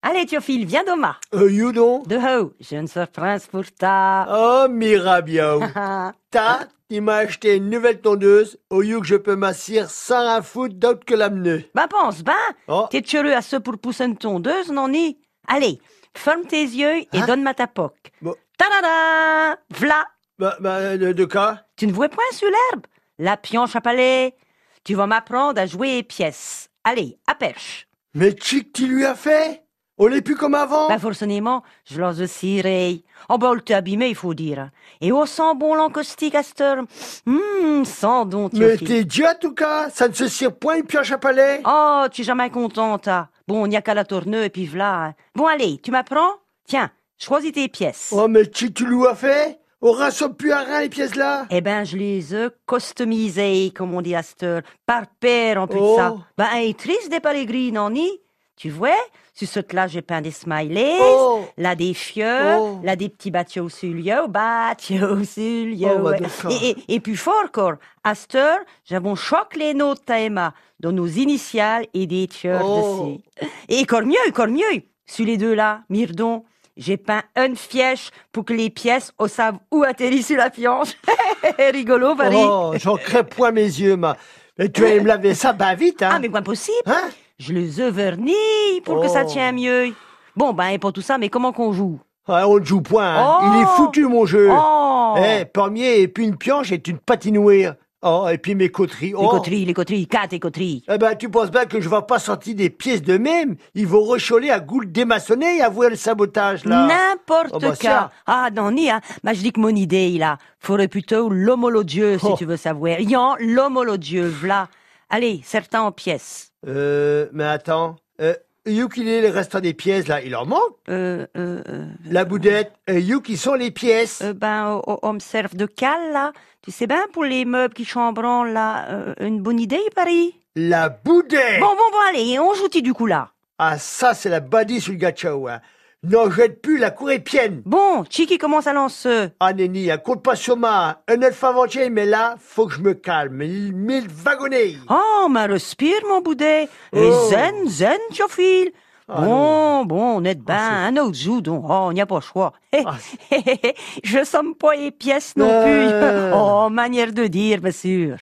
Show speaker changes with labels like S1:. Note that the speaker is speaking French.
S1: Allez, Théophile, viens d'Oma.
S2: Euh, you know
S1: De ho, j'ai une surprise pour ta.
S2: Oh, Mirabiao. Ta, il m'a acheté une nouvelle tondeuse au lieu que je peux m'assir sans la foutre d'autre que l'amener.
S1: Bah pense, ben,
S2: Oh.
S1: t'es curieux à ce pour pousser une tondeuse, non ni Allez, ferme tes yeux et
S2: Hein
S1: donne-moi ta poque.
S2: Bon.
S1: Ta-da-da V'là
S2: Bah, bah, de, de quoi
S1: Tu ne vois point sur l'herbe La pionche à palais Tu vas m'apprendre à jouer les pièces. Allez, à perche
S2: Mais chic, tu lui as fait On n'est plus comme avant
S1: Ben, forcément, je Oh, lance aussi ray. En bol, t'es abîmé, ben, il faut dire. Et au sang bon l'en caustique, Astor. Hum, sans don,
S2: Mais
S1: Théophile.
S2: t'es Dieu en tout cas, ça ne se tire point une pioche à palais.
S1: Oh, tu es jamais contente. hein. Bon, il n'y a qu'à la tourneuse et puis voilà. hein. Bon, allez, tu m'apprends Tiens, choisis tes pièces.
S2: Oh, mais chic, tu lui as fait On rassemble plus à rien les pièces là
S1: Eh ben, je les ai customisées, comme on dit à cette heure, par paire en plus de ça.
S2: Oh.
S1: Ben, elle est triste des palégris, non ni Tu vois, sur ce là j'ai peint des smileys,
S2: Oh.
S1: là des fieux,
S2: Oh.
S1: là des petits bâtiaux sur lieu, bâtiaux sur lieu,
S2: Oh, bah,
S1: ouais.
S2: d'accord.
S1: et, et, et puis fort encore, à cette heure, j'avons choc les notes de Emma, dont nos initiales et des tueurs
S2: Oh.
S1: dessus. Et encore mieux, encore mieux, sur les deux-là, Mirdon, j'ai peint une fièche pour que les pièces au savent où atterrir sur la fiance. Rigolo, Paris.
S2: Oh, j'en crève point mes yeux, ma. Mais tu vas me laver ça, bah vite, hein
S1: Ah, mais quoi possible
S2: Hein
S1: Je les ai vernis pour que ça
S2: Oh.
S1: tient mieux. Bon, ben, et pour tout ça, mais comment qu'on joue
S2: Ah, On ne joue point, hein.
S1: Oh.
S2: Il est foutu, mon jeu
S1: Oh
S2: Eh, premier, et puis une pioche et une patinoire. Oh, et puis mes coteries.
S1: Les
S2: Oh.
S1: coteries, les coteries, quatre les coteries.
S2: Eh ben, tu penses bien que je vais pas sortir des pièces de même Ils vont recholer à goule démaçonner et avouer le sabotage, là.
S1: N'importe
S2: Oh, bah,
S1: quoi.
S2: ça.
S1: Ah, non, ni, hein. Bah, je dis que mon idée, il a. Faudrait plutôt l'homologieux, si
S2: Oh.
S1: tu veux savoir. Yan, l'homologieux, v'là. Allez, certains en pièces.
S2: Euh, mais attends. Euh, you qu'il est le restant des pièces, là, il en manque
S1: Euh, euh, euh,
S2: La boudette, euh, you qui sont les pièces
S1: euh, ben, on, on me serve de cale, là. Tu sais bien, pour les meubles qui chambranlent, là, euh, une bonne idée, Paris.
S2: La boudette
S1: Bon, bon, bon, allez, on joue-tu du coup, là.
S2: Ah, ça, c'est la badie sur le gâteau, hein. N'en jette plus la cour épienne.
S1: Bon, Chiki commence à lancer.
S2: Ah, Nenni, hein, compte pas sur moi. hein. Un elfe avancé, mais là, faut que je me calme. Il- Mille wagonnets.
S1: Oh, mais respire, mon boudet. Et
S2: Oh.
S1: zen, zen, Théophile.
S2: Ah,
S1: bon, bon, on est de bain. un autre joue, donc. Oh, on n'y a pas le choix. Hé,
S2: Ah,
S1: hé, hé, hé, Je somme pas les pièces non
S2: Euh.
S1: plus. Oh, manière de dire, bien sûr.